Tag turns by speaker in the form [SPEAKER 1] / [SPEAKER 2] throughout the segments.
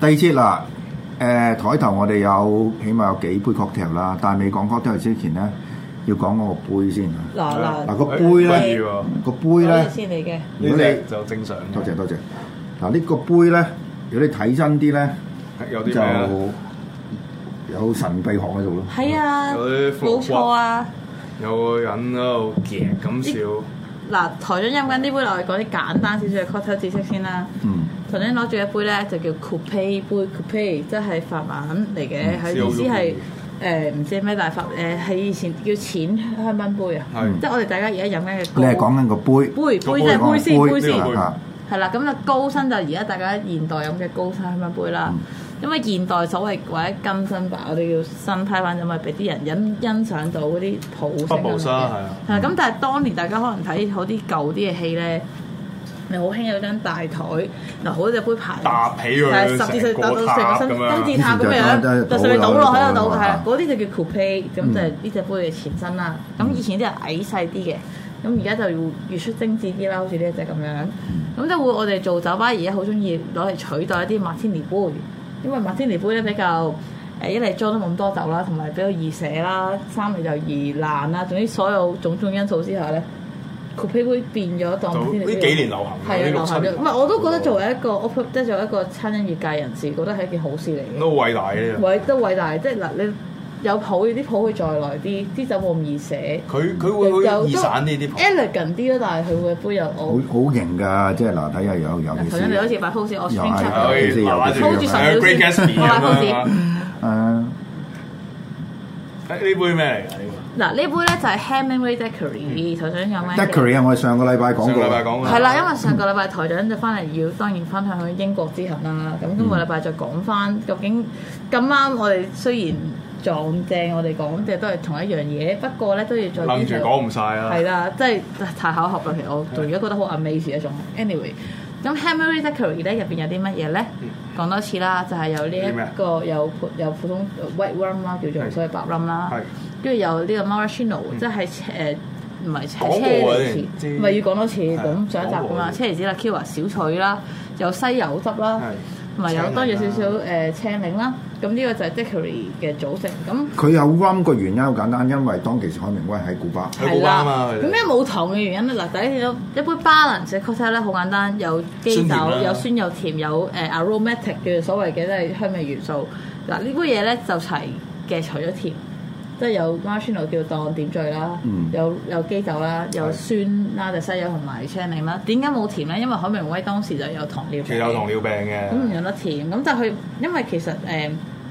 [SPEAKER 1] 第二節啦，誒、台頭我哋有起碼有幾杯 cocktail 啦，但係未講 cocktail 之前咧，要講嗰個杯先。
[SPEAKER 2] 嗱
[SPEAKER 1] 啊嗱
[SPEAKER 2] 嗱，
[SPEAKER 1] 個杯咧，
[SPEAKER 3] 喎，
[SPEAKER 1] 個杯咧，
[SPEAKER 2] 先嚟嘅，
[SPEAKER 1] 如果你
[SPEAKER 3] 呢隻就正常嘅。
[SPEAKER 1] 多謝多謝。嗱呢個杯咧，如果你睇真啲咧，
[SPEAKER 3] 有啲咩啊？
[SPEAKER 1] 就有神秘學喺度咯。
[SPEAKER 2] 係啊，
[SPEAKER 3] 有啲
[SPEAKER 2] 冇錯啊。
[SPEAKER 3] 有個人喺度夾咁笑，
[SPEAKER 2] 嗱，台長飲緊呢杯，我哋講啲簡單少少嘅 cocktail 知識先啦。
[SPEAKER 1] 嗯，
[SPEAKER 2] 頭先攞住一杯咧，就叫 coupe 杯 coupe，即係法文嚟
[SPEAKER 1] 嗯
[SPEAKER 2] 嘅，佢意思係誒唔知咩大法誒，係以前叫淺香檳杯啊，
[SPEAKER 3] 係
[SPEAKER 2] 即係我哋大家而家飲緊嘅
[SPEAKER 1] 你
[SPEAKER 2] 高
[SPEAKER 1] 係講緊個杯，
[SPEAKER 2] 杯杯
[SPEAKER 3] 個杯
[SPEAKER 2] 即係杯先
[SPEAKER 1] 講個
[SPEAKER 2] 杯先
[SPEAKER 3] 呢個杯
[SPEAKER 1] 啊
[SPEAKER 2] 係啦，咁就高身就而家大家現代飲嘅高身香檳杯
[SPEAKER 3] 嗯
[SPEAKER 2] 啦。因為現代所謂或者更新版，我哋叫新批版，就咪俾啲人欣欣賞到嗰啲普式
[SPEAKER 3] 北部
[SPEAKER 2] 嘅
[SPEAKER 3] 沙係啊
[SPEAKER 2] 係啦，咁但係當年大家可能睇好啲舊啲嘅戲咧，你好興有張大台，嗱好多隻杯排
[SPEAKER 3] 搭起佢
[SPEAKER 2] 係十字
[SPEAKER 3] 成
[SPEAKER 2] 搭
[SPEAKER 3] 個塔
[SPEAKER 2] 到成
[SPEAKER 3] 咁
[SPEAKER 2] 個身金字
[SPEAKER 3] 樣，
[SPEAKER 2] 塔咁
[SPEAKER 1] 以前就係
[SPEAKER 2] 樣，
[SPEAKER 1] 嗯
[SPEAKER 2] 就
[SPEAKER 1] 都係嗯
[SPEAKER 2] 上面倒落喺度
[SPEAKER 1] 倒
[SPEAKER 2] 倒，
[SPEAKER 1] 落
[SPEAKER 2] 係啊
[SPEAKER 1] 嗯
[SPEAKER 2] 嗰啲就叫 coupe，咁就係呢隻杯嘅前身啦。
[SPEAKER 1] 嗯
[SPEAKER 2] 咁以前啲係矮細啲嘅，咁而家就要越出精緻啲啦，好似呢一隻咁樣。咁就會我哋做酒吧而家好中意攞嚟取代一啲馬天尼杯，因為馬天尼杯咧比較。誒一嚟裝得冇咁多酒啦，同埋比較易寫啦，三嚟就易爛啦，總之所有種種因素之下咧，coupe 杯變咗當馬
[SPEAKER 3] 就
[SPEAKER 2] 天尼杯
[SPEAKER 3] 呢幾年流行
[SPEAKER 2] 係啊，
[SPEAKER 3] 呢
[SPEAKER 2] 流
[SPEAKER 3] 六七
[SPEAKER 2] 行咗。
[SPEAKER 3] 年
[SPEAKER 2] 唔係，我都覺得作為一個 op 即係作為一個餐飲業界人士，覺得係一件好事嚟
[SPEAKER 3] 都偉大
[SPEAKER 2] 嘅，
[SPEAKER 3] 嘅。
[SPEAKER 2] 偉都偉大。即係嗱，你有譜，啲譜佢再耐啲，啲酒冇咁易寫，
[SPEAKER 3] 佢佢會
[SPEAKER 2] 又
[SPEAKER 3] 好
[SPEAKER 2] 都
[SPEAKER 3] 易散呢啲朋友
[SPEAKER 2] elegant 啲咯，但係佢會杯又
[SPEAKER 1] 好
[SPEAKER 2] 我。
[SPEAKER 1] 好型㗎，即係嗱睇下有有
[SPEAKER 2] 嗱
[SPEAKER 1] 意
[SPEAKER 2] 頭
[SPEAKER 1] 思。
[SPEAKER 2] 先你好似擺 pose，我
[SPEAKER 1] 又
[SPEAKER 2] screen
[SPEAKER 1] 係
[SPEAKER 2] cap
[SPEAKER 1] 又
[SPEAKER 2] 咗
[SPEAKER 1] 係
[SPEAKER 3] 係拿住
[SPEAKER 2] hold 住神
[SPEAKER 3] 係 Great
[SPEAKER 2] 表
[SPEAKER 3] Gatsby
[SPEAKER 2] 先我話
[SPEAKER 3] 咁
[SPEAKER 2] 報
[SPEAKER 3] 樣
[SPEAKER 2] 紙
[SPEAKER 3] 啊。
[SPEAKER 1] 誒
[SPEAKER 3] 誒呢杯咩嚟㗎？呢
[SPEAKER 2] 嗱，呢杯咧就係 Hemingway Daiquiri，頭先有咩
[SPEAKER 1] d e c o r y 啊，我哋上個禮拜
[SPEAKER 3] 個
[SPEAKER 1] 講
[SPEAKER 3] 上個
[SPEAKER 1] 過
[SPEAKER 3] 禮拜
[SPEAKER 1] 啊。
[SPEAKER 3] 講
[SPEAKER 2] 係
[SPEAKER 3] 㗎。
[SPEAKER 2] 啦，因為上個禮拜台長就翻嚟要當然分享佢英國之行啦。咁今個禮拜再講翻，究竟咁啱我哋雖然撞正，我哋講嘅都係同一樣嘢，不過咧都要再
[SPEAKER 3] 諗住講唔晒啦。
[SPEAKER 2] 係啦，即係太巧合啦。其實我到而家覺得好 amazing 一種。anyway，咁 Henry Daiquiri 咧入邊有啲乜嘢咧？講多次啦，就係有呢
[SPEAKER 3] 有啲嗯咩啊
[SPEAKER 2] 一個有普有普通呃 white rum 啦，叫做
[SPEAKER 3] 係
[SPEAKER 2] 所謂白冧啦。
[SPEAKER 3] 係
[SPEAKER 2] 跟住有呢個 maraschino，即係誒唔係車
[SPEAKER 3] 嗯講過啊
[SPEAKER 2] 厘
[SPEAKER 3] 呢
[SPEAKER 2] 子，
[SPEAKER 3] 啲
[SPEAKER 2] 唔係要講多次，
[SPEAKER 3] 係啊
[SPEAKER 2] 咁上一集噶
[SPEAKER 3] 講過
[SPEAKER 2] 嘛，
[SPEAKER 3] 啊
[SPEAKER 2] 車厘子啦、Kiwa 小菜啦，有西柚汁啦，
[SPEAKER 3] 係
[SPEAKER 2] 同埋有多咗少
[SPEAKER 3] 青啊
[SPEAKER 2] 少誒青檸啦，咁呢個就係 daiquiri 嘅組成，咁
[SPEAKER 1] 佢有 rum 個原因好簡單，因為當其時海明威喺古巴。
[SPEAKER 3] 佢古巴嘛佢哋
[SPEAKER 2] 咁咩冇糖嘅原因咧？嗱，第一見到一杯 balance 嘅 cocktail 咧，好簡單，有基
[SPEAKER 3] 酸
[SPEAKER 2] 酒
[SPEAKER 3] 甜啦，
[SPEAKER 2] 有酸有甜，有誒 aromatic 嘅所謂嘅都係香味元素。嗱，呢杯嘢咧就齊嘅，除咗甜，即係有 maraschino 叫當點綴啦，
[SPEAKER 1] 嗯
[SPEAKER 2] 有有基酒啦，有
[SPEAKER 3] 係
[SPEAKER 2] 酸啦，就西柚同埋青檸啦。點解冇甜咧？因為海明威當時就有糖尿
[SPEAKER 3] 其
[SPEAKER 2] 病
[SPEAKER 3] 實有糖尿病
[SPEAKER 2] 咁唔
[SPEAKER 3] 嘅，
[SPEAKER 2] 飲得甜，咁但係佢因為其實誒、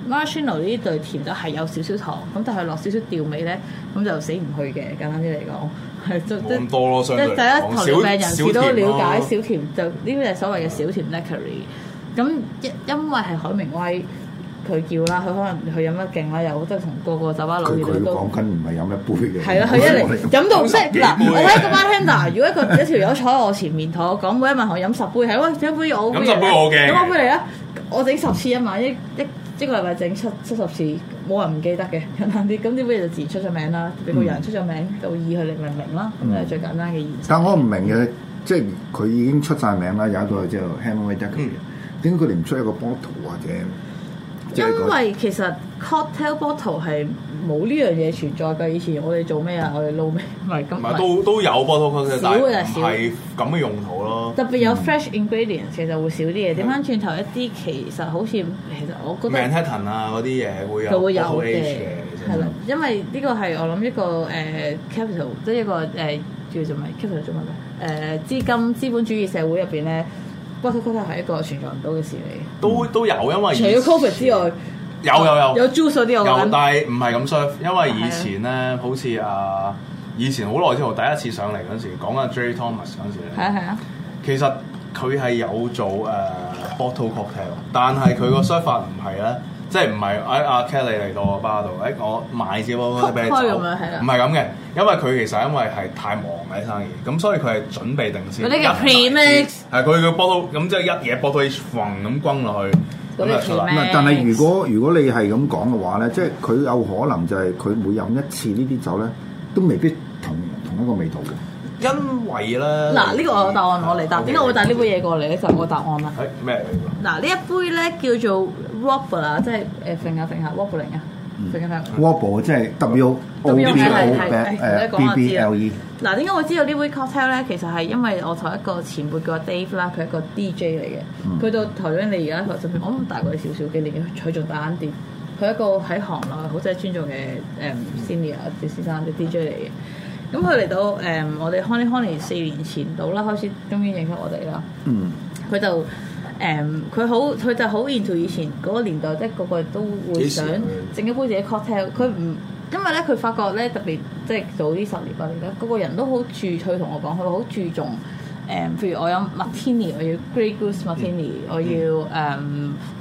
[SPEAKER 2] maraschino 呢對甜酒係有少少糖，咁但係落少少調味咧，咁就死唔去嘅。簡單啲嚟講，係即
[SPEAKER 3] 冇咁
[SPEAKER 2] 即
[SPEAKER 3] 多咯，
[SPEAKER 2] 即
[SPEAKER 3] 相對
[SPEAKER 2] 係
[SPEAKER 3] 嚟
[SPEAKER 2] 大家
[SPEAKER 3] 講
[SPEAKER 2] 糖尿病人士都了解
[SPEAKER 3] 少
[SPEAKER 2] 小
[SPEAKER 3] 甜咯
[SPEAKER 2] 甜就呢啲係所謂嘅小甜 daiquiri。咁因因為係海明威佢叫啦，佢可能佢飲得勁啦，又即係同個個酒吧佬
[SPEAKER 1] 佢
[SPEAKER 2] 遇到
[SPEAKER 1] 佢
[SPEAKER 2] 都
[SPEAKER 1] 講緊唔係飲一杯嘅，
[SPEAKER 2] 係啦，啊佢一嚟飲到
[SPEAKER 3] 飲
[SPEAKER 2] 即係
[SPEAKER 3] 十幾
[SPEAKER 2] 嗱，
[SPEAKER 3] 杯啊
[SPEAKER 2] 我睇個 bartender，如果一個一條友坐喺我前面同我講，每一晚我飲十杯，係喂飲杯我
[SPEAKER 3] 飲十杯我嘅
[SPEAKER 2] 飲我杯嚟啦，我整十次一晚，一一一個禮拜整七七十次，冇人唔記得嘅簡單啲。咁呢杯就自然出咗名啦，你個人出咗名，就意佢你明唔明啦？
[SPEAKER 3] 嗯
[SPEAKER 2] 咁就係最簡單嘅現實。
[SPEAKER 1] 但我唔明嘅，即係佢已經出晒名啦，有一個叫 Hemingway Daiquiri，點解佢哋唔出一個 bottle 或者？即係佢
[SPEAKER 2] 嗯因為其實 cocktail bottle 係冇呢樣嘢存在㗎。以前我哋做咩啊？我哋撈咩？唔係咁
[SPEAKER 3] 唔
[SPEAKER 2] 唔
[SPEAKER 3] 係
[SPEAKER 2] 係
[SPEAKER 3] 都都有 bottle c o c
[SPEAKER 2] 少嘅
[SPEAKER 3] 但係
[SPEAKER 2] 就
[SPEAKER 3] 唔
[SPEAKER 2] 少啊
[SPEAKER 3] 係咁嘅用途咯。
[SPEAKER 2] 特別有 fresh ingredients 嘅就會少啲嘢，點翻轉頭一啲其實好似其實我覺得
[SPEAKER 3] Manhattan 啊嗰啲嘢會有
[SPEAKER 2] 佢會有
[SPEAKER 3] bottle
[SPEAKER 2] 嘅
[SPEAKER 3] age 嘅，，其實
[SPEAKER 2] 係啦，因為呢個係我諗一個誒、呃 capital，即係一個誒、呃叫做咩 capital 做乜嘅誒資金資本主義社會入邊咧， b o t t l c o c k 係一個存在唔到嘅事嚟
[SPEAKER 3] 都都有，因為
[SPEAKER 2] 嘅。除咗 Covid 之外，
[SPEAKER 3] 有有有
[SPEAKER 2] 有啊 juice 嗰啲我
[SPEAKER 3] 有，
[SPEAKER 2] 諗
[SPEAKER 3] 但係唔係咁 serve，因為以前咧，好似啊，以前好耐之後第一次上嚟嗰陣時，講緊 Jerry Thomas 嗰陣時
[SPEAKER 2] 係
[SPEAKER 3] 咧，
[SPEAKER 2] 啊係啊，
[SPEAKER 3] 其實佢係有做誒 bottle cocktail，但係佢個 serve 法唔係咧，即係唔係誒阿 Kelly 嚟到我巴度，誒我買支 bottle 俾你走，
[SPEAKER 2] 曲開咁樣係啦
[SPEAKER 3] 唔係咁嘅，因為佢其實因為係太忙喺生意，咁所以佢係準備定先。
[SPEAKER 2] 嗰啲叫
[SPEAKER 3] 一大
[SPEAKER 2] pre-mix
[SPEAKER 3] 支係佢個 bottle 咁即係一嘢 bottle each 揈咁轟落去，
[SPEAKER 2] 嗰啲
[SPEAKER 3] 咁就出啦
[SPEAKER 1] 唔。係，但係如果如果你係咁講嘅話咧，即係佢有可能就係佢每飲一次呢啲酒咧，都未必同同一個味道嘅。
[SPEAKER 3] 因為咧，嗱
[SPEAKER 2] 嗱呢個我有答案我嚟答，點解我會帶呢杯嘢過嚟咧？就係我答案啦。
[SPEAKER 3] 誒哎咩嚟㗎？
[SPEAKER 2] 嗱呢一杯咧叫做 Robber 啊，即係誒揈下揈下 Wobbling 啊，揈下揈下。
[SPEAKER 1] Wobble 即係 W O B
[SPEAKER 2] W O B
[SPEAKER 1] O
[SPEAKER 2] 係係係
[SPEAKER 1] 誒 B B L E
[SPEAKER 2] 嗱，點解我知道呢杯 cocktail 咧？其實係因為我同一個前輩叫 Dave 啦，佢係一個 DJ 嚟嘅。佢、到頭先你而家就算我諗大過你少少幾年嘅，佢仲打緊碟。佢係一個喺行內好值得尊重嘅誒、senior 趙先生嘅 DJ 嚟嘅。咁佢嚟到誒、我哋 Honey Honey 四年前到啦，開始終於認識我哋啦。
[SPEAKER 1] 嗯。
[SPEAKER 2] 佢就誒，佢好佢就好 into 以前嗰個年代，即係個個都會想
[SPEAKER 3] 啊
[SPEAKER 2] 整一杯自己 cocktail。佢唔因為咧，佢發覺咧特別即係早呢十年八年咧，嗰個人都好注，佢同我講，佢好注重誒、譬如我有 martini，我要 Grey Goose martini，我
[SPEAKER 3] 嗯
[SPEAKER 2] 要誒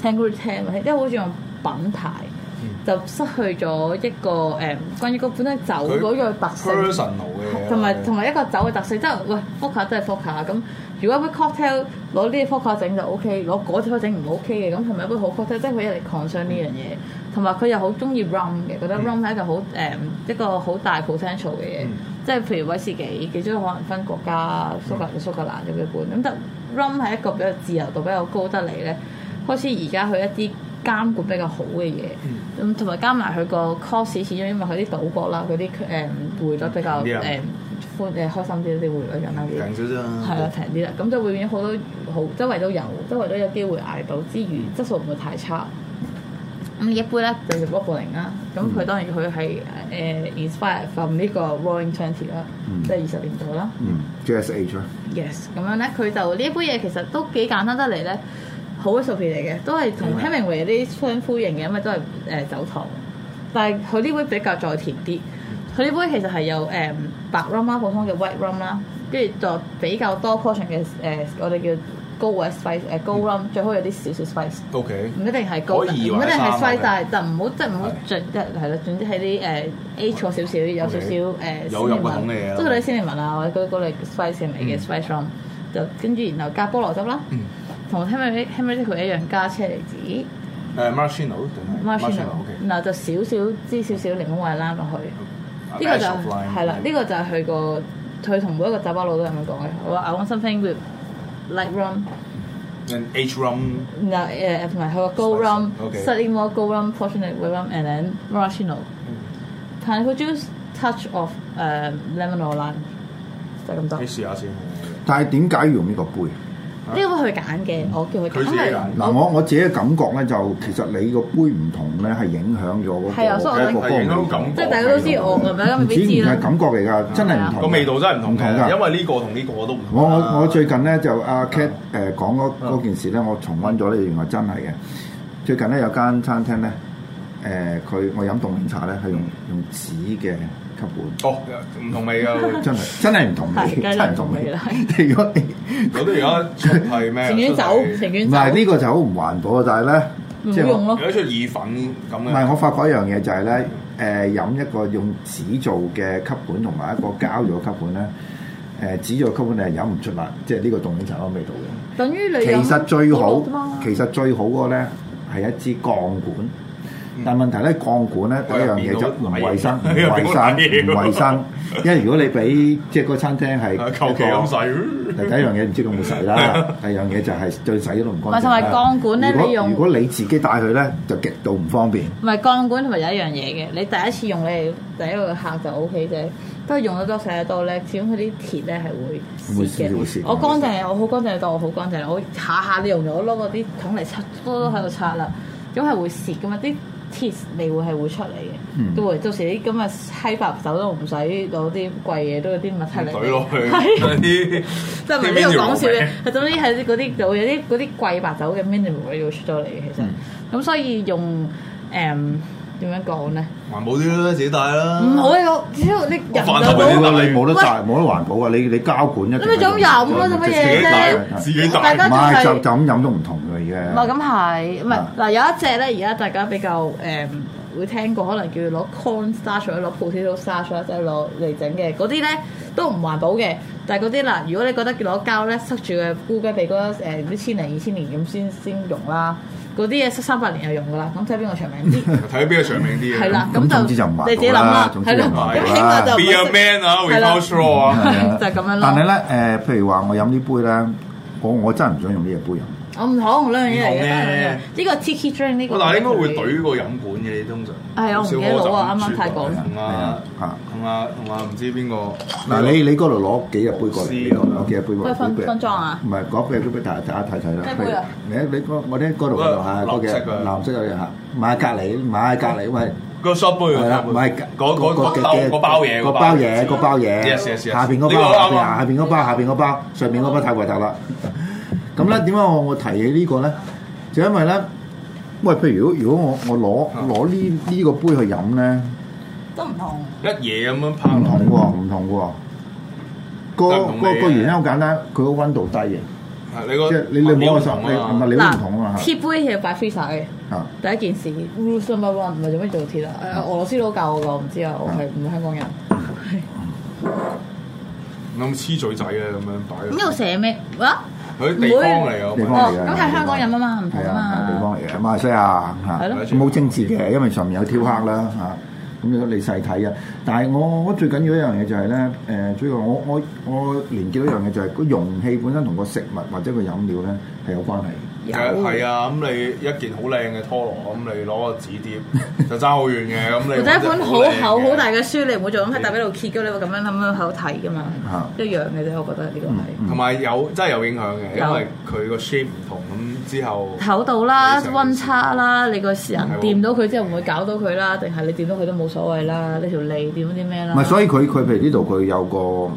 [SPEAKER 2] Tango Tango，即係好注重品牌。
[SPEAKER 3] 嗯
[SPEAKER 2] 就失去咗一個誒、關於嗰本身酒
[SPEAKER 3] 佢
[SPEAKER 2] 嗰個特性。
[SPEAKER 3] personal 嘅嘢
[SPEAKER 2] 同埋同埋一個酒嘅特色，即係喂 f o c a 真係 f o c a 咁。如果一杯 cocktail 攞呢啲 f o c a 整就 OK，攞嗰啲整唔 OK 嘅，咁係咪一杯好 cocktail？即係佢一嚟 concern 呢樣嘢，同埋佢又好中意 rum 嘅，覺得 rum 係一個好誒、一個好大 potential 嘅嘢。即係譬如威士忌，幾中可能分國家蘇格蘭、蘇格蘭咁樣本，咁但 rum 係一個比較自由度比較高得嚟咧。開始而家佢一啲監管比較好嘅嘢，咁同埋加埋佢個 cost 始終因為佢啲賭博啦，嗰啲誒匯率比較
[SPEAKER 3] 平啲啊
[SPEAKER 2] 誒歡誒呃開心啲啲匯率咁啦，
[SPEAKER 3] 平少少啊
[SPEAKER 2] 係啦，平啲啦，咁就會變咗好多好，周圍都有，周圍都有機會捱到之餘，質素唔會太差。咁嗯一杯咧就叫 w o b b l i n g 啦，咁佢當然佢係誒 inspire from 呢個 Roaring Twenty 啦，即係二十年代啦。
[SPEAKER 1] 嗯 G S H 啦，
[SPEAKER 2] yes 咁樣咧，佢就呢一杯嘢其實都幾簡單得嚟咧，好 recipe 嚟嘅，都係同 Hemingway 啲相呼應嘅，因為都係誒、呃酒糖，但係佢呢杯比較再甜啲。佢呢杯其實係有誒、嗯白 rum 啦，普通嘅 white rum 啦，跟住就比較多 portion 嘅誒、呃我哋叫高或者 spice 誒、高 rum，最好有啲少少 spice。
[SPEAKER 3] O K，
[SPEAKER 2] 唔一定係高，唔
[SPEAKER 3] 可
[SPEAKER 2] 一
[SPEAKER 3] 以
[SPEAKER 2] 定
[SPEAKER 3] 或者
[SPEAKER 2] 係
[SPEAKER 3] 三
[SPEAKER 2] size
[SPEAKER 3] 啊
[SPEAKER 2] 大，但唔好即係唔好盡即係係啦，總之係啲誒 A 錯少少，有少少呃誒
[SPEAKER 3] OK，有入個桶嘅嘢啦嗯
[SPEAKER 2] 即係嗰啲鮮檸文啊，或者嗰嗰類 spice 嘅味嘅 spice rum，就跟住然後加菠蘿汁啦，同 Henry Henry 佢一樣加車厘子
[SPEAKER 3] 誒 Martino 定係
[SPEAKER 2] marshmallow，
[SPEAKER 3] OK，
[SPEAKER 2] 然後就少少支少少檸檬味攬落去。呢個
[SPEAKER 3] 啊 Ash
[SPEAKER 2] 就
[SPEAKER 3] of lime
[SPEAKER 2] 係啦，呢個就係佢個佢同每一個酒吧佬都係咁講嘅。我話 I want something with light rum。
[SPEAKER 3] And 嗯 H rum
[SPEAKER 2] 嗱誒同埋佢個高
[SPEAKER 3] Spicy,
[SPEAKER 2] rum、
[SPEAKER 3] okay.
[SPEAKER 2] slightly more 高 rum、portionate with rum and then maraschino、pineapple
[SPEAKER 3] Hmm.
[SPEAKER 2] juice、touch of 誒、lemon or lime 就係咁多。
[SPEAKER 3] 你
[SPEAKER 2] 呢
[SPEAKER 3] 試下先。
[SPEAKER 1] 但係點解要用呢個杯？
[SPEAKER 2] 個佢揀嘅，我叫佢
[SPEAKER 3] 佢自己
[SPEAKER 2] 因為
[SPEAKER 3] 揀
[SPEAKER 1] 嗱，
[SPEAKER 2] 哦
[SPEAKER 1] 我我自己嘅感覺咧，就其實你個杯唔同咧，係影響咗嗰個
[SPEAKER 2] 係啊所以我
[SPEAKER 1] 嗰個
[SPEAKER 3] 係影響
[SPEAKER 1] 風味
[SPEAKER 3] 感
[SPEAKER 2] 即係大家都知我我大家未
[SPEAKER 1] 唔止
[SPEAKER 2] 必
[SPEAKER 1] 唔
[SPEAKER 2] 知啦啊
[SPEAKER 1] 係。感覺嚟㗎，真係唔同㗎
[SPEAKER 3] 個味道真係唔同
[SPEAKER 1] 唔同㗎
[SPEAKER 3] 嘅，因為呢個同呢個都唔同
[SPEAKER 1] 我
[SPEAKER 3] 啊。
[SPEAKER 1] 我我最近咧就阿 Cat 誒講嗰嗰件事咧，我重温咗咧，原來真係嘅。最近咧有間餐廳咧，誒、佢我飲凍檸茶咧係
[SPEAKER 2] 嗯
[SPEAKER 1] 用用紙嘅吸管，
[SPEAKER 3] 哦唔同味 㗎，會
[SPEAKER 1] 真係真係唔同味，
[SPEAKER 2] 係梗係
[SPEAKER 1] 真係唔
[SPEAKER 2] 唔
[SPEAKER 1] 同
[SPEAKER 2] 同味
[SPEAKER 1] 味
[SPEAKER 2] 啦。
[SPEAKER 1] 如果你
[SPEAKER 3] 我都而家出係咩？
[SPEAKER 2] 情願
[SPEAKER 3] 出
[SPEAKER 2] 走，
[SPEAKER 3] 係
[SPEAKER 2] 情願
[SPEAKER 1] 唔
[SPEAKER 2] 走，
[SPEAKER 1] 係呢個就好唔環保啊，但係咧
[SPEAKER 2] 唔
[SPEAKER 1] 即
[SPEAKER 2] 好
[SPEAKER 1] 係
[SPEAKER 2] 用啊
[SPEAKER 1] 我
[SPEAKER 3] 有
[SPEAKER 2] 咯。
[SPEAKER 3] 得出意粉咁啊
[SPEAKER 1] 唔
[SPEAKER 3] 嘅。
[SPEAKER 1] 係我發覺一樣嘢就係咧，誒飲一個用紙做嘅吸管同埋一個膠做嘅吸管咧，誒、紙做嘅吸管你係飲唔出啦，即係呢個凍檸茶嗰個味道嘅。
[SPEAKER 2] 等於你
[SPEAKER 1] 其
[SPEAKER 2] 飲
[SPEAKER 1] 實最好
[SPEAKER 2] 菠蘿啫嘛，
[SPEAKER 1] 其實最好嗰個咧係一支鋼管，
[SPEAKER 3] 嗯
[SPEAKER 1] 但問題咧鋼管咧第一樣嘢就唔衞生， 唔衞生，唔衞生。因為如果你俾即係個餐廳係
[SPEAKER 3] 啊 求其咁
[SPEAKER 1] 洗，
[SPEAKER 3] 洗。
[SPEAKER 1] 第一樣嘢唔知佢有冇洗 啦，第二樣嘢就係對洗都唔乾淨
[SPEAKER 2] 唔
[SPEAKER 1] 啦。
[SPEAKER 2] 係同埋鋼管呢
[SPEAKER 1] 如果
[SPEAKER 2] 你用
[SPEAKER 1] 如果你自己帶去咧，就極度唔方便。
[SPEAKER 2] 唔係鋼管同埋有一樣嘢嘅，你第一次用你第一個客就 O K 啫，不過用得多洗得多咧，始終佢啲鐵咧係會
[SPEAKER 1] 會
[SPEAKER 2] 蝕
[SPEAKER 1] 蝕會
[SPEAKER 2] 嘅
[SPEAKER 1] 蝕。
[SPEAKER 2] 我乾淨嘅，我好乾淨嘅，當我好乾淨，我下下你用咗攞嗰啲桶嚟刷，都都喺度刷啦，咁係會蝕噶嘛？啲 teeth 味會係會出嚟嘅，
[SPEAKER 1] 嗯
[SPEAKER 2] 都會到時啲咁嘅閪白酒都唔使攞啲貴嘢，都有啲物體嚟。
[SPEAKER 3] 嗯懟落去
[SPEAKER 2] 係
[SPEAKER 3] 嗰啲，
[SPEAKER 2] 即係唔係呢度講笑嘅，係總之係嗰啲有有啲嗰啲貴白酒嘅 mineral 會出咗嚟嘅，
[SPEAKER 1] 嗯
[SPEAKER 2] 其實咁、所以用誒點樣講咧？
[SPEAKER 3] 環保啲啦，自己帶啦。
[SPEAKER 2] 唔嗯好呢個，只要你人
[SPEAKER 3] 我
[SPEAKER 2] 就
[SPEAKER 3] 飯
[SPEAKER 1] 你
[SPEAKER 3] 後
[SPEAKER 2] 冇，
[SPEAKER 1] 你冇得賺，冇得環保啊！你你交管一定係
[SPEAKER 2] 你咪就咁飲咯做乜
[SPEAKER 3] 自己
[SPEAKER 2] 嘢
[SPEAKER 3] 帶，
[SPEAKER 2] 啫？
[SPEAKER 3] 自己
[SPEAKER 2] 大
[SPEAKER 3] 帶。
[SPEAKER 2] 家
[SPEAKER 1] 唔
[SPEAKER 2] 都係
[SPEAKER 1] 係就就咁飲都唔同嘅
[SPEAKER 2] 唔
[SPEAKER 1] 嘅。
[SPEAKER 2] 係咁係，唔係
[SPEAKER 3] Ờ.
[SPEAKER 1] 啊
[SPEAKER 2] 嗱有一隻咧，而家大家比較誒、嗯、會聽過，可能叫攞 corn starch 或者攞 potato starch 或者攞嚟整嘅嗰啲咧都唔環保嘅。但係嗰啲嗱，如果你覺得攞膠咧塞住嘅烏雞鼻哥誒啲千零二千年咁先先用啦，嗰啲嘢塞三百年就用噶啦，咁睇邊個長命 啲
[SPEAKER 3] 睇邊個長命啲嘅。
[SPEAKER 2] 係啦，
[SPEAKER 1] 咁
[SPEAKER 2] 就
[SPEAKER 1] 總之就唔環保啦
[SPEAKER 2] 你自己諗啦，
[SPEAKER 1] 總之
[SPEAKER 2] 係
[SPEAKER 1] 就唔環
[SPEAKER 3] 保
[SPEAKER 2] 啦，
[SPEAKER 3] 啦
[SPEAKER 2] 咁起碼就唔
[SPEAKER 3] Be
[SPEAKER 2] 會
[SPEAKER 3] a man 啊
[SPEAKER 2] 係啦
[SPEAKER 3] ，without
[SPEAKER 1] 係
[SPEAKER 3] straw 啊。
[SPEAKER 1] 啊
[SPEAKER 2] 就係咁樣咯
[SPEAKER 1] 但係咧誒，譬如話我飲呢杯咧，我我真係唔想用呢隻杯飲。
[SPEAKER 2] 我唔同兩樣嘢嚟
[SPEAKER 3] 唔同
[SPEAKER 2] 嘅，
[SPEAKER 3] 嘅
[SPEAKER 2] 兩樣嘢呢個 tiki drink 呢個
[SPEAKER 3] 我但係應該會懟個飲管嘅，你通常。
[SPEAKER 2] 係啊我唔記得攞啊啱啱太講
[SPEAKER 3] 同啊，同啊，同啊，唔知邊個。
[SPEAKER 1] 嗱，你你嗰度攞幾隻杯過嚟？
[SPEAKER 3] 試
[SPEAKER 1] 你攞攞幾隻杯過
[SPEAKER 2] 喂
[SPEAKER 1] 嚟？
[SPEAKER 2] 分
[SPEAKER 1] 杯
[SPEAKER 2] 分裝啊
[SPEAKER 1] 唔係嗰幾隻杯，大家睇睇睇啦。
[SPEAKER 2] 咩杯啊
[SPEAKER 1] 你你嗰我哋嗰度嗰度嚇，嗰幾隻
[SPEAKER 3] 藍色嘅
[SPEAKER 1] 藍色嘅嚇，買隔離買隔離，喂。
[SPEAKER 3] 個 shop 杯
[SPEAKER 1] 係啦，唔係
[SPEAKER 3] 嗰嗰嗰兜嗰包嘢，
[SPEAKER 1] 嗰包嘢，嗰包嘢，
[SPEAKER 3] Yes, yes, yes
[SPEAKER 1] 下邊嗰
[SPEAKER 3] 呢個
[SPEAKER 1] 包，下邊下
[SPEAKER 3] 啱啊
[SPEAKER 1] 邊嗰包，下邊嗰包，上面嗰包太核突啦。 咁咧點解我我提起呢個咧？就因為咧，喂，譬如如果如果我
[SPEAKER 3] 啊
[SPEAKER 1] 我攞攞呢呢個杯去飲咧，
[SPEAKER 2] 都唔同。
[SPEAKER 3] 一嘢咁樣
[SPEAKER 1] 唔
[SPEAKER 3] 拋落
[SPEAKER 1] 同
[SPEAKER 3] 去。
[SPEAKER 1] 喎，唔同喎。個
[SPEAKER 3] 都係同味啊
[SPEAKER 1] 個
[SPEAKER 3] 嘅
[SPEAKER 1] 個原因好簡單，佢個温度低嘅，
[SPEAKER 3] 係你個
[SPEAKER 1] 即係你你冇個十，你唔係
[SPEAKER 3] 啊
[SPEAKER 1] 你都唔同啊嘛
[SPEAKER 2] 嗱，鐵杯其實擺 freezer 嘅。
[SPEAKER 1] 嚇。啊
[SPEAKER 2] 第一件事，rules number one 唔係做咩做鐵啊？
[SPEAKER 3] 嗯
[SPEAKER 2] 誒俄羅斯佬教我㗎，我唔知啊，我係唔係香港人。
[SPEAKER 3] 你有冇黐嘴仔啊？咁樣擺
[SPEAKER 2] 咁呢度寫咩啊？
[SPEAKER 3] 佢地方嚟啊㗎，
[SPEAKER 1] 地方嚟
[SPEAKER 2] 哦
[SPEAKER 1] 嘅，
[SPEAKER 2] 咁係香港人啊嘛，唔同
[SPEAKER 1] 係
[SPEAKER 2] 啊
[SPEAKER 1] 啊，係地
[SPEAKER 2] 嘛。
[SPEAKER 1] 方嚟嘅，啊馬來西亞嚇，
[SPEAKER 2] 係咯
[SPEAKER 1] 冇政治嘅，因為上面有挑客啦嚇。咁如果你細睇啊，但係我我最緊要一樣嘢就係咧，誒，最後我我我連結到一樣嘢就係個容器本身同個食物或者個飲料咧係有關係嘅。
[SPEAKER 2] 有
[SPEAKER 3] 係啊，咁你一件好靚嘅拖羅，咁你攞個 紙碟就爭好遠嘅，咁你
[SPEAKER 2] 或者一本好厚好大
[SPEAKER 3] 嘅。
[SPEAKER 2] 嘅書，你唔會做咁喺大髀度揭嘅，你會咁樣咁樣喺度睇㗎嘛
[SPEAKER 1] 啊，
[SPEAKER 2] 一樣嘅啫，我覺得呢個
[SPEAKER 3] 同埋有真係有影響嘅，因為佢個 shape 唔同，咁之後
[SPEAKER 2] 係厚度啦、
[SPEAKER 3] 嗯你成
[SPEAKER 2] 温差啦，你個人
[SPEAKER 3] 係喎
[SPEAKER 2] 掂到佢之後唔會搞到佢啦，定係你掂到佢都冇所謂啦，你條脷掂到啲咩啦
[SPEAKER 1] 唔係，？所以佢佢譬如呢度佢有個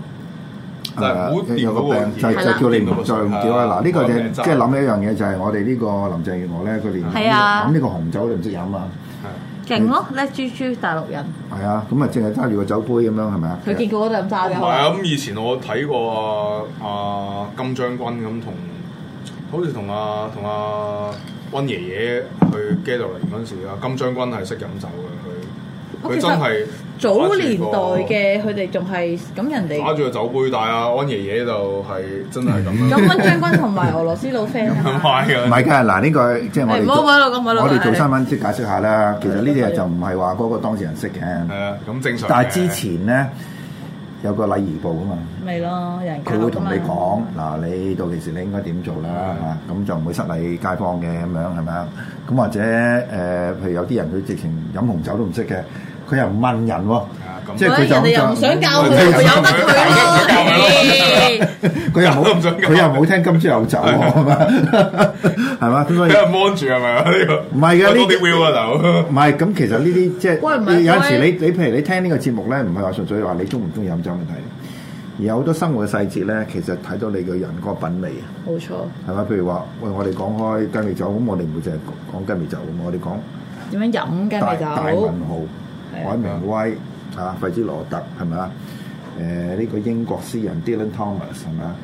[SPEAKER 3] 就係唔好
[SPEAKER 1] 誒
[SPEAKER 3] 掂
[SPEAKER 1] 有個
[SPEAKER 3] 嗰個
[SPEAKER 1] 病，就
[SPEAKER 3] 嘢
[SPEAKER 1] 就叫你唔再用掉啦。嗱，呢個就
[SPEAKER 3] 係啊
[SPEAKER 1] 即係諗起一樣嘢，就係我哋呢個林鄭月娥咧，佢連
[SPEAKER 2] 係啊
[SPEAKER 1] 飲呢個紅酒都唔識飲啊，
[SPEAKER 2] 勁咯，叻豬豬大陸人，
[SPEAKER 1] 係啊，咁啊，淨係揸住個酒杯咁樣係咪啊？
[SPEAKER 2] 佢見過我都咁揸
[SPEAKER 3] 唔
[SPEAKER 2] 嘅。
[SPEAKER 3] 係啊！咁以前我睇過啊啊金將軍咁同，好似同阿同阿温爺爺去 gathering 嗰陣時啊，金將軍係識飲酒嘅佢，
[SPEAKER 2] 我
[SPEAKER 3] 佢
[SPEAKER 2] 哦其實
[SPEAKER 3] 真係
[SPEAKER 2] 早年代嘅佢哋仲係咁 人
[SPEAKER 3] 揸
[SPEAKER 2] 哋，
[SPEAKER 3] 住個酒杯，但係阿温爺爺就係真係咁樣
[SPEAKER 2] 咁温將軍同埋俄羅斯佬 friend 啊
[SPEAKER 3] 咁
[SPEAKER 2] 嘛
[SPEAKER 3] 賣嘅，
[SPEAKER 1] 唔係㗎，嗱呢個即係我
[SPEAKER 2] 係
[SPEAKER 1] 哋
[SPEAKER 2] 唔
[SPEAKER 1] 做
[SPEAKER 2] 好講到咁，唔好講到
[SPEAKER 1] 我哋
[SPEAKER 2] 咁
[SPEAKER 1] 做
[SPEAKER 2] 係
[SPEAKER 1] 新聞即係解釋下啦。其實呢啲嘢就唔係話嗰個當事人識
[SPEAKER 3] 係
[SPEAKER 1] 嘅，
[SPEAKER 3] 啊，咁正常嘅。
[SPEAKER 1] 但係之前咧有個禮儀部啊嘛，
[SPEAKER 2] 咪咯，人
[SPEAKER 1] 佢會同你
[SPEAKER 2] 講，
[SPEAKER 1] 講嗱，你到期時你應該點做
[SPEAKER 3] 嗯
[SPEAKER 1] 啦嚇，咁就唔會失禮街坊嘅咁樣係咪啊？咁或者誒，呃譬如有啲人佢直情飲紅酒都唔識嘅，佢又唔問人喎，
[SPEAKER 3] 啊咁
[SPEAKER 1] 即係佢就
[SPEAKER 2] 人哋又唔想教佢，佢由得 佢咯。
[SPEAKER 1] 佢又
[SPEAKER 3] 都唔
[SPEAKER 1] 冇
[SPEAKER 3] 想講
[SPEAKER 1] 佢又冇聽今朝有酒喎， 係咪係嘛？咁所以
[SPEAKER 3] 俾。人 mon 住係咪啊？呢個
[SPEAKER 1] 唔係嘅呢
[SPEAKER 3] 多
[SPEAKER 1] 啲
[SPEAKER 3] 啲 will 啊大佬
[SPEAKER 1] 唔 係，咁其實呢啲即
[SPEAKER 2] 喂唔
[SPEAKER 1] 係
[SPEAKER 2] 係
[SPEAKER 1] 有陣時你你譬如你聽呢個節目咧，唔係話純粹話你中唔中意飲酒問題，而有好多生活嘅細節咧，其實睇到你個人個品味啊，
[SPEAKER 2] 冇錯，
[SPEAKER 1] 係咪？譬如話，喂，我哋講開雞尾酒，咁我哋唔會淨係講雞尾酒嘅嘛，我哋講
[SPEAKER 2] 點樣飲雞
[SPEAKER 1] 大
[SPEAKER 2] 尾
[SPEAKER 1] 大文
[SPEAKER 2] 酒？
[SPEAKER 1] 豪、
[SPEAKER 2] 係啊
[SPEAKER 1] 海明威啊、費茲羅特係咪啊？誒呢、個英國詩人 Dylan Thomas 係咪啊？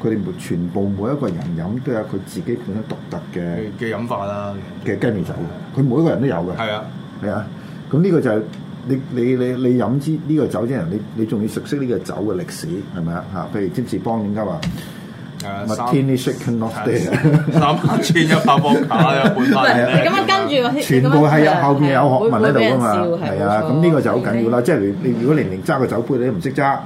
[SPEAKER 1] 佢哋每全部每一個人飲都有佢自己本身獨特嘅
[SPEAKER 3] 嘅嘅飲法啦，
[SPEAKER 1] 嘅雞尾酒，佢每一個人都有嘅。
[SPEAKER 3] 係啊，
[SPEAKER 1] 係啊，咁呢個就係你你你你飲支呢個酒之人，你你仲要熟悉呢個酒嘅歷史係咪啊？嚇，譬如占士邦點解話
[SPEAKER 3] 係啊
[SPEAKER 1] Martini shaken off there，
[SPEAKER 3] 三蚊錢一百波卡一哎半
[SPEAKER 2] 唔
[SPEAKER 3] 翻
[SPEAKER 2] 係你咁樣跟住，
[SPEAKER 1] 全部係有後面有學問喺度㗎嘛，係啊，咁呢個就好緊要啦。。即係你你如果連連揸個酒杯你都唔識揸，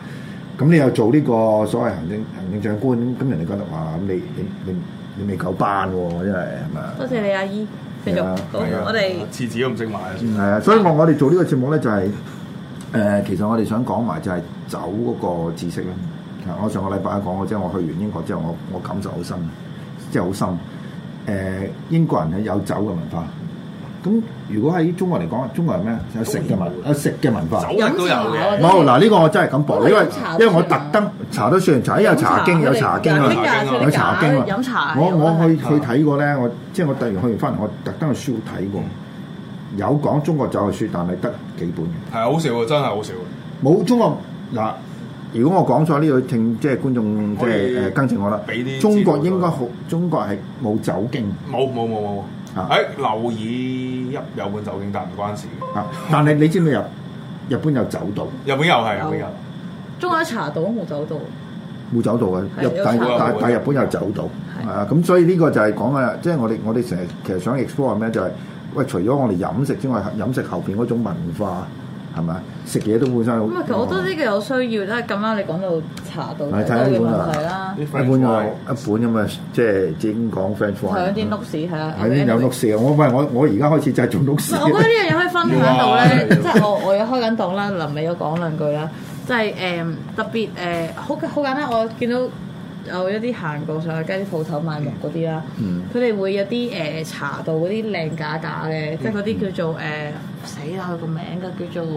[SPEAKER 1] 咁你又做呢個所謂行政行政長官，咁人哋覺得哇，咁你你你你未夠班喎，真係係咪啊？
[SPEAKER 2] 多謝你阿姨，繼續好
[SPEAKER 3] 係啊
[SPEAKER 2] 我哋
[SPEAKER 3] 廁紙都唔識買啊！算
[SPEAKER 1] 係啊，所以我我哋做呢個節目咧就係、誒、其實我哋想講埋就係酒嗰個知識啦。啊我上個禮拜講過，即係我去完英國之後，我我呃感受好深，即係好深。誒、英國人係有酒嘅文化，咁如果喺中國嚟講，中國係咩？有食嘅文，有食嘅文化。
[SPEAKER 3] 酒力都有
[SPEAKER 2] 飲。
[SPEAKER 3] 嘅
[SPEAKER 1] 冇嗱，呢個我真係咁搏，因為
[SPEAKER 2] 飲茶
[SPEAKER 1] 因為我特登查都算茶，因為茶經哎有茶經
[SPEAKER 3] 有
[SPEAKER 1] 啊
[SPEAKER 3] 茶。經
[SPEAKER 1] 有茶經啊
[SPEAKER 2] 飲茶。
[SPEAKER 1] 我我去去
[SPEAKER 3] 係
[SPEAKER 1] 睇過咧，我即係我突然去完翻嚟，我特登去書館睇過，有講中國酒嘅書，但係得幾本嘅，
[SPEAKER 3] 係好少啊，真係好少啊。
[SPEAKER 1] 冇中國嗱。如果我講錯呢個，聽即係觀眾即
[SPEAKER 3] 可以
[SPEAKER 1] 係誒更正我啦
[SPEAKER 3] 俾。啲
[SPEAKER 1] 中國
[SPEAKER 3] 資料
[SPEAKER 1] 應該好，中國係冇酒經
[SPEAKER 3] 冇冇冇冇冇。
[SPEAKER 1] 啊
[SPEAKER 3] 誒，留意一有本酒經，但唔關事嘅。
[SPEAKER 1] 啊，但係你知唔知日日本有酒道？
[SPEAKER 3] 日本又係，日本又
[SPEAKER 2] 啊
[SPEAKER 3] 係。
[SPEAKER 2] 中國啲茶道都冇走到，
[SPEAKER 1] 冇走到嘅，
[SPEAKER 2] 係
[SPEAKER 1] 日
[SPEAKER 2] 有
[SPEAKER 1] 但
[SPEAKER 2] 走到
[SPEAKER 1] 但
[SPEAKER 3] 嘅
[SPEAKER 1] 但日本有走到，啊咁所以呢個就係講啊，即係我哋我哋成日其實想 explore 咩就係、喂，除咗我哋飲食之外，飲食後邊嗰種文化係咪食嘢都本身好。哦
[SPEAKER 2] 咁啊其實我都知佢有需要，都係咁啱你講到茶道
[SPEAKER 1] 係
[SPEAKER 2] 酒
[SPEAKER 1] 睇
[SPEAKER 2] 嘅
[SPEAKER 1] 下
[SPEAKER 2] 問題啦，
[SPEAKER 3] 啲
[SPEAKER 1] 一般
[SPEAKER 3] friend
[SPEAKER 1] 有一
[SPEAKER 3] 話
[SPEAKER 1] 本咁嘅，即係只經講 French
[SPEAKER 2] 係
[SPEAKER 1] wine
[SPEAKER 2] 有啲碌屎係啊，
[SPEAKER 1] 係啲有碌事啊！我喂我我而家開始就係做碌
[SPEAKER 2] 唔
[SPEAKER 1] 事
[SPEAKER 2] 係，。我覺得呢樣嘢可以分享到
[SPEAKER 3] 哇
[SPEAKER 2] 咧，
[SPEAKER 1] 啊
[SPEAKER 2] 即係我我有開緊檔啦，臨尾有講兩句啦，即係誒特別誒好好簡單，我見到有一啲行過上去街啲鋪頭賣木嗰啲啦，
[SPEAKER 1] 嗯
[SPEAKER 2] 佢哋會有啲誒茶道嗰啲靚架架嘅，即係嗰啲叫做誒死啦佢個名㗎，叫做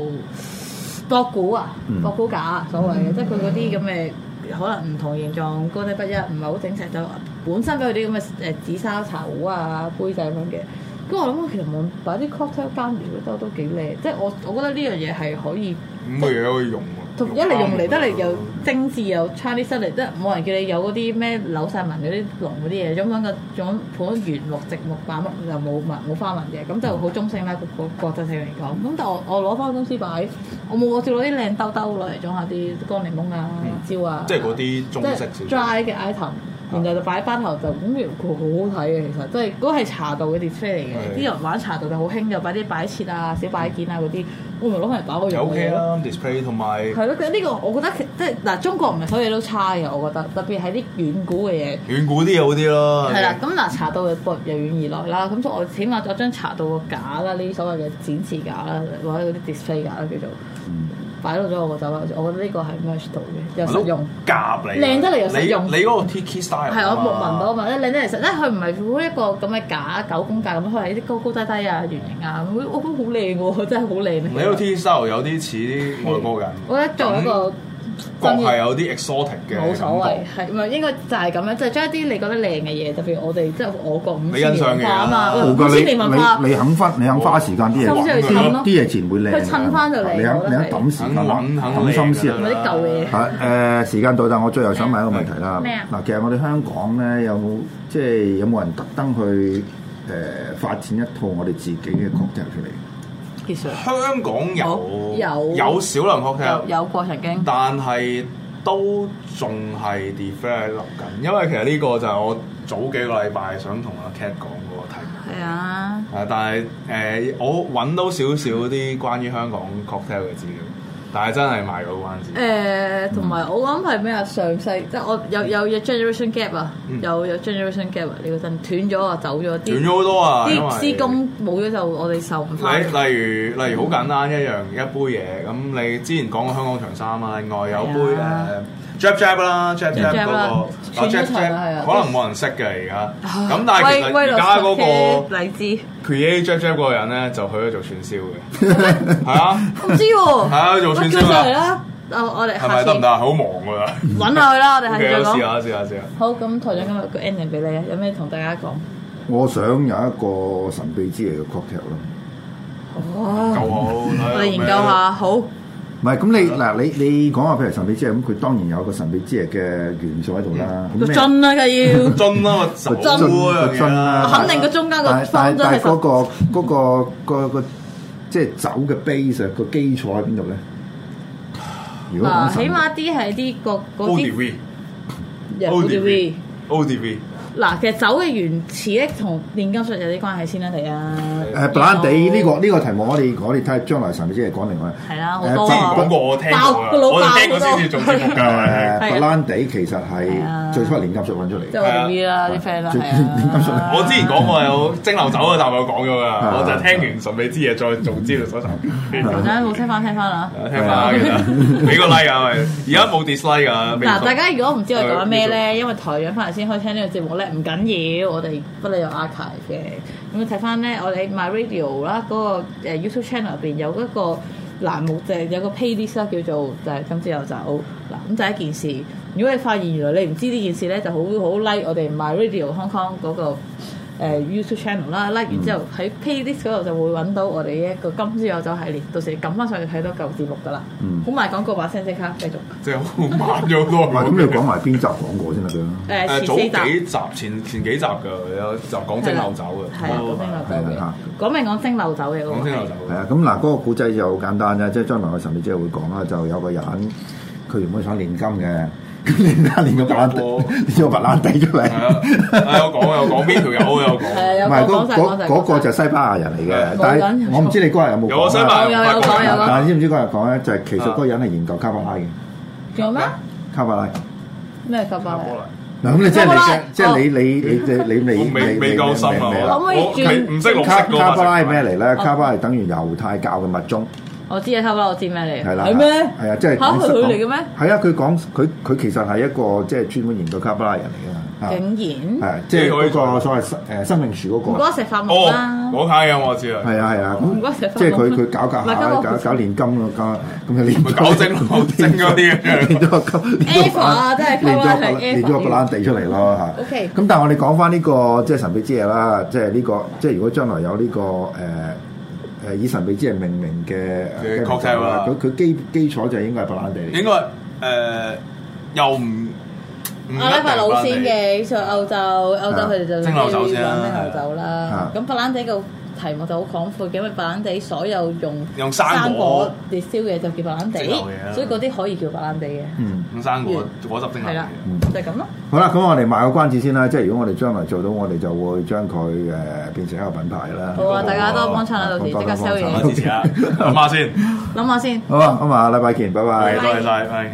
[SPEAKER 2] 博古啊，博古架所謂嘅，即係佢嗰啲咁嘅。可能唔同形狀，高低不一，唔係好整齊就本身都有啲咁嘅誒紫砂茶壺啊、杯仔咁樣嘅。咁我諗，其實冇擺啲 cocktail 監料都都幾靚，即係我我覺得呢樣嘢係可以，
[SPEAKER 3] 五個嘢可以用喎。
[SPEAKER 2] 同一嚟用嚟得嚟又
[SPEAKER 3] 啱
[SPEAKER 2] 精緻又 Chinese 得嚟，即係冇人叫你有嗰啲咩扭晒紋嗰啲龍嗰啲嘢，咁揾個種普通原木植木擺木就冇紋冇花紋嘅，咁就好中性啦，個國國際性嚟講。咁但我我攞翻公司擺，我冇我照攞啲靚兜兜攞嚟裝下啲乾檸檬啊、蕉啊，
[SPEAKER 3] 嗯即係嗰啲中式
[SPEAKER 2] 即係
[SPEAKER 3] 少少。
[SPEAKER 2] dry 嘅 item，然後就擺班頭就咁，原來佢好好睇嘅其實，即係嗰係茶道嘅 display 嚟嘅，
[SPEAKER 3] 係
[SPEAKER 2] 啲人玩茶道就好興，就擺啲擺設啊、小擺件啊嗰啲，我咪攞嚟擺個
[SPEAKER 3] 有
[SPEAKER 2] 用嘅
[SPEAKER 3] OK
[SPEAKER 2] 咯。
[SPEAKER 3] 啦，display 同埋
[SPEAKER 2] 係咯，呢個我覺得其即係嗱，中國唔係所有嘢都差嘅，我覺得特別係啲遠古嘅嘢。
[SPEAKER 3] 遠古啲嘢好啲咯。
[SPEAKER 2] 係啦，咁嗱茶道嘅博由遠而來啦，咁所以我起碼我張茶道個架啦，呢啲所謂嘅展示架啦，或者嗰啲 display 架啦叫做，嗯擺到咗我個酒樓，我覺得呢個係 merge 到嘅，又實用。
[SPEAKER 3] 夾嚟，
[SPEAKER 2] 靚得嚟又實用
[SPEAKER 3] 你你嗰個 Tiki style
[SPEAKER 2] 係我木紋到啊
[SPEAKER 3] 到，
[SPEAKER 2] 嘛，你你其實咧佢唔係好一個咁嘅架九宮格咁，佢係啲高高低低啊、圓形啊，咁我覺得好靚喎，真係好嗯靚。
[SPEAKER 3] 你嗰個 Tiki style 有啲似啲外國人，
[SPEAKER 2] 我覺得作為一個
[SPEAKER 3] 國
[SPEAKER 2] 真
[SPEAKER 3] 係有啲 exotic 嘅
[SPEAKER 2] 冇所謂
[SPEAKER 3] 感
[SPEAKER 2] 係
[SPEAKER 3] 覺，
[SPEAKER 2] 唔係應該就係咁樣，就係將一啲你覺得靚嘅嘢，特別我哋即係我國五千
[SPEAKER 3] 你
[SPEAKER 2] 年
[SPEAKER 3] 欣賞嘅
[SPEAKER 2] 文化啊嘛，
[SPEAKER 3] 嘢啦
[SPEAKER 1] 冇
[SPEAKER 2] 五
[SPEAKER 1] 㗎，
[SPEAKER 2] 千
[SPEAKER 1] 你
[SPEAKER 2] 年文化
[SPEAKER 1] 你你肯花你肯花時間啲嘢，
[SPEAKER 2] 心思去襯
[SPEAKER 1] 啲
[SPEAKER 2] 咯
[SPEAKER 1] 嘢自然會靚嘅。
[SPEAKER 2] 佢襯返就嚟
[SPEAKER 1] 你肯你肯抌時間
[SPEAKER 3] 肯肯
[SPEAKER 1] 抌心思
[SPEAKER 3] 肯
[SPEAKER 1] 啊
[SPEAKER 3] 靚㗎啦
[SPEAKER 2] 咪啲舊嘅嘢。
[SPEAKER 1] 係誒、時間到，但我最後想問一個問題啦。
[SPEAKER 2] 咩啊
[SPEAKER 1] 嗱，其實我哋香港咧有冇即係有冇人特登去誒、發展一套我哋自己嘅 cocktail 出嚟？
[SPEAKER 2] 其實
[SPEAKER 3] 香港有
[SPEAKER 2] 有
[SPEAKER 3] 有少量 cocktail，
[SPEAKER 2] 有有過神經，
[SPEAKER 3] 但係都仲係 defer 喺度緊，因為其實呢個就係我早幾個禮拜想同阿 Cat 講嗰個題目。
[SPEAKER 2] 係啊，
[SPEAKER 3] 啊，但係誒、我揾到少少啲關於香港 cocktail 嘅資料，但係真係賣個關子。
[SPEAKER 2] 誒同埋我諗係咩啊？上世即係我有有有 generation gap 啊，有有 generation gap 啊，呢個真斷咗啊，走咗
[SPEAKER 3] 短
[SPEAKER 2] 啲
[SPEAKER 3] 咗。好多啊，因為
[SPEAKER 2] 啲施工冇咗就我哋受唔翻。
[SPEAKER 3] 例例如例如好簡單一樣一杯嘢，咁你之前講過香港長衫啊，另外有杯誒
[SPEAKER 2] 係啊
[SPEAKER 3] Jab Jab 啦，Jab
[SPEAKER 2] Jab Jab
[SPEAKER 3] Jab 嗰個
[SPEAKER 2] 啦
[SPEAKER 3] 啊
[SPEAKER 2] 串咗
[SPEAKER 3] Jab
[SPEAKER 2] 台啦係啊
[SPEAKER 3] Jab 可能冇人識嘅而家，咁但係其實而家嗰個
[SPEAKER 2] 荔枝，
[SPEAKER 3] create Jab Jab 嗰個人咧就去咗做串燒 嘅，係啊，
[SPEAKER 2] 我唔知喎。
[SPEAKER 3] 係啊做串燒啊
[SPEAKER 2] 喂叫上嚟啦，啊我哋
[SPEAKER 3] 係
[SPEAKER 2] 下
[SPEAKER 3] 咪
[SPEAKER 2] 次
[SPEAKER 3] 得唔得啊？好忙㗎啦
[SPEAKER 2] 揾下佢啦，我哋下次
[SPEAKER 3] ，OK，
[SPEAKER 2] 再
[SPEAKER 3] 試
[SPEAKER 2] 講。
[SPEAKER 3] 下試下試下。
[SPEAKER 2] 好，咁台長今日個 ending 俾你啊，有咩同大家講？
[SPEAKER 1] 我想有一個神秘之夜嘅 cocktail 咯。
[SPEAKER 2] 哦，
[SPEAKER 3] 夠好，我
[SPEAKER 2] 我哋研究。下，好。
[SPEAKER 1] 唔係咁你嗱，你你講話譬如神秘之夜，咁佢當然有個神秘之夜嘅元素喺度啦。咁
[SPEAKER 2] 個
[SPEAKER 1] 咩
[SPEAKER 2] 樽啦，梗 係要。
[SPEAKER 3] 樽啦，個酒
[SPEAKER 2] 樽啊
[SPEAKER 3] 嗰樣嘢
[SPEAKER 1] 啦
[SPEAKER 3] 啦，
[SPEAKER 2] 我肯定個中間個
[SPEAKER 1] 但係但
[SPEAKER 2] 方
[SPEAKER 1] 係
[SPEAKER 2] 針係
[SPEAKER 1] 但係
[SPEAKER 2] 十
[SPEAKER 1] 嗰個嗰個個個即係酒嘅 base 啊個基礎喺邊度咧？如果講
[SPEAKER 2] 嗱，啊
[SPEAKER 1] 神
[SPEAKER 2] 起
[SPEAKER 1] 秘
[SPEAKER 2] 碼啲係啲個嗰
[SPEAKER 3] O D
[SPEAKER 2] 啲
[SPEAKER 3] V
[SPEAKER 2] 人
[SPEAKER 3] O D
[SPEAKER 2] ODV
[SPEAKER 3] V O D V
[SPEAKER 2] 嗱，其實酒嘅原始咧同煉金術有啲關係先啦，第一。
[SPEAKER 1] 誒，布呃蘭地呢個呢個題目，我哋我哋睇下將來神秘之夜講另外。
[SPEAKER 2] 係啦，好
[SPEAKER 1] 誒
[SPEAKER 2] 多
[SPEAKER 1] 之
[SPEAKER 3] 之
[SPEAKER 1] 前
[SPEAKER 2] 啊
[SPEAKER 3] 前講過，我聽過
[SPEAKER 2] 爆個
[SPEAKER 3] 啦，
[SPEAKER 2] 腦
[SPEAKER 3] 我哋聽過
[SPEAKER 2] 爆好多
[SPEAKER 3] 先至做節目㗎。
[SPEAKER 1] 誒，
[SPEAKER 2] 係啊
[SPEAKER 1] 布蘭地其實
[SPEAKER 2] 係啊
[SPEAKER 1] 係最初係啊煉金術揾出嚟
[SPEAKER 2] 即係我
[SPEAKER 1] 嘅。
[SPEAKER 2] 哋 V 啦，啲 friend 啦，係啊。
[SPEAKER 3] 我之前講過有蒸餾酒嘅，但係我講咗
[SPEAKER 1] 啊
[SPEAKER 3] 㗎，我就係聽完神秘之夜再做資料搜集。
[SPEAKER 2] 陣間冇聽翻聽翻啊啦。
[SPEAKER 3] 聽下其實俾個 like 啊，喂而家冇 dislike 㗎。俾個呃
[SPEAKER 2] 嗱，大家如果唔知我哋講緊咩咧，因為台長翻嚟先開聽呢個節目咧，咧，唔緊要，我哋不嬲有 archive 嘅。咁睇翻咧，我哋 My Radio 啦，嗰個誒 YouTube channel 入邊有一個欄目就係有個 playlist 啦，叫做就係今朝有酒嗱。咁第一件事，如果你發現原來你唔知呢件事咧，就好好 like 我哋 My Radio Hong Kong 嗰個。誒、YouTube channel 啦，like 完之後喺 playlist 嗰度就會揾到我哋一個今朝有酒系列，到時你撳翻上去睇到舊節目噶啦。
[SPEAKER 1] 嗯
[SPEAKER 2] 好賣廣告把聲即刻繼續。
[SPEAKER 3] 即係好慢咗好多。
[SPEAKER 1] 唔係咁，你講埋邊集講過先得㗎啦。
[SPEAKER 2] 誒、呃
[SPEAKER 3] 誒
[SPEAKER 2] 前
[SPEAKER 3] 呃早
[SPEAKER 2] 四集。
[SPEAKER 3] 幾集前前幾集㗎，有集講蒸漏酒嘅，
[SPEAKER 2] 係啊，講蒸
[SPEAKER 1] 係啊
[SPEAKER 2] 餾酒嘅，講明講蒸餾酒嘅
[SPEAKER 3] 講
[SPEAKER 2] 嗰
[SPEAKER 3] 蒸漏
[SPEAKER 2] 個。
[SPEAKER 3] 酒
[SPEAKER 1] 係啊，咁嗱嗰個古仔就好簡單啫，即係將來嘅神秘之會講啦，就有個人佢原本想練金嘅， 咁練下練個白蘭地，
[SPEAKER 3] 有個
[SPEAKER 1] 練咗白蘭地出嚟。
[SPEAKER 3] 係啊，誒我講有講邊條友有
[SPEAKER 2] 係啊，
[SPEAKER 3] 講，
[SPEAKER 2] 有個講
[SPEAKER 1] 唔係嗰
[SPEAKER 2] 晒講
[SPEAKER 1] 嗰
[SPEAKER 2] 晒
[SPEAKER 1] 嗰
[SPEAKER 2] 講
[SPEAKER 1] 個
[SPEAKER 2] 晒
[SPEAKER 1] 就西班牙人嚟嘅
[SPEAKER 3] 係，
[SPEAKER 1] 但
[SPEAKER 2] 冇
[SPEAKER 1] 係
[SPEAKER 2] 緊
[SPEAKER 1] 我唔知你嗰日有冇
[SPEAKER 3] 有個西
[SPEAKER 1] 講啦
[SPEAKER 3] 班
[SPEAKER 2] 有
[SPEAKER 3] 牙
[SPEAKER 2] 啊有有
[SPEAKER 3] 人
[SPEAKER 2] 講有
[SPEAKER 1] 但係知唔知嗰日講咧？就係
[SPEAKER 2] 啊
[SPEAKER 1] 其實嗰個人係研究卡巴拉嘅，
[SPEAKER 2] 仲有咩
[SPEAKER 1] 卡巴拉。
[SPEAKER 2] 咩級啊？
[SPEAKER 1] 嗱，咁你即
[SPEAKER 2] 卡
[SPEAKER 1] 係
[SPEAKER 2] 巴拉
[SPEAKER 1] 你即係你你你你
[SPEAKER 3] 我
[SPEAKER 1] 你
[SPEAKER 3] 未
[SPEAKER 1] 你
[SPEAKER 3] 未夠深啊，
[SPEAKER 2] 可唔
[SPEAKER 3] 我
[SPEAKER 2] 可以
[SPEAKER 3] 我
[SPEAKER 2] 轉
[SPEAKER 3] 係唔識綠色
[SPEAKER 1] 卡
[SPEAKER 3] 嗰個
[SPEAKER 1] 卡巴拉係咩嚟咧？
[SPEAKER 2] 哦
[SPEAKER 1] 卡巴拉係等於猶太教嘅密宗。
[SPEAKER 2] 我知啊，級啦，我知咩嚟。
[SPEAKER 1] 係啦，
[SPEAKER 2] 係咩？
[SPEAKER 1] 係啊，即係
[SPEAKER 2] 嚇
[SPEAKER 1] 講
[SPEAKER 2] 係佢嚟嘅咩？
[SPEAKER 1] 係啊，佢講佢佢其實係一個即係專門研究卡巴拉人嚟嘅，
[SPEAKER 2] 竟然
[SPEAKER 1] 係即係嗰個所謂誒生命樹
[SPEAKER 2] 唔
[SPEAKER 1] 嗰個，
[SPEAKER 2] 該食法木啦
[SPEAKER 3] 哦，。嗰卡嘅我知啦，
[SPEAKER 1] 係啊係啊，
[SPEAKER 2] 唔該
[SPEAKER 1] 咁
[SPEAKER 2] 石化
[SPEAKER 1] 即係佢
[SPEAKER 2] 學
[SPEAKER 1] 佢搞搞下
[SPEAKER 2] 唔係咁
[SPEAKER 1] 搞
[SPEAKER 2] 我
[SPEAKER 1] 搞煉金咯，搞咁就煉
[SPEAKER 3] 咪搞蒸漏蒸嗰啲嘅。
[SPEAKER 1] 煉咗個金，煉咗
[SPEAKER 2] Eva 啊真係
[SPEAKER 1] 煉
[SPEAKER 2] 卡
[SPEAKER 1] 咗
[SPEAKER 2] 巴
[SPEAKER 1] 個
[SPEAKER 2] 拉係
[SPEAKER 1] 煉
[SPEAKER 2] Eva
[SPEAKER 1] 咗個爛地出嚟咯嚇。
[SPEAKER 2] OK
[SPEAKER 1] 咁但係我哋講翻呢個即係神秘之夜啦，即係呢個即係如果將來有呢個誒。誒以神秘之夜命名嘅
[SPEAKER 3] 嘅 cocktail 啦
[SPEAKER 1] 佢佢基基礎就應該係白蘭地嚟嘅
[SPEAKER 3] 應該誒、呃又唔唔
[SPEAKER 2] 阿拉伯佬先嘅，上歐洲，歐洲佢哋就
[SPEAKER 3] 蒸餾酒先啦
[SPEAKER 2] 蒸餾酒啦
[SPEAKER 1] 啊。
[SPEAKER 2] 咁白蘭地個題目就好廣闊嘅，因為白蘭地所有用
[SPEAKER 3] 用生果
[SPEAKER 2] 烈燒嘅就叫白蘭
[SPEAKER 3] 蒸餾嘢啦
[SPEAKER 2] 地，所以嗰啲可以叫白蘭地嘅。
[SPEAKER 1] 嗯。
[SPEAKER 3] 用生果果汁蒸
[SPEAKER 2] 係
[SPEAKER 3] 落
[SPEAKER 2] 啦
[SPEAKER 3] 去。，
[SPEAKER 2] 就係咁咯。
[SPEAKER 1] 好啦，咁我哋賣個關子先啦，即係如果我哋將來做到，我哋就會將佢誒、呃、變成一個品牌啦。
[SPEAKER 2] 好啊，大家多幫襯啦，到時即刻 sell
[SPEAKER 1] 多多幫襯
[SPEAKER 2] 嘢
[SPEAKER 3] 我。支持啊！諗下先，
[SPEAKER 2] 諗下先。
[SPEAKER 1] 好啊，咁啊，禮拜見，拜
[SPEAKER 3] 係
[SPEAKER 1] 拜。
[SPEAKER 3] 多謝晒，係。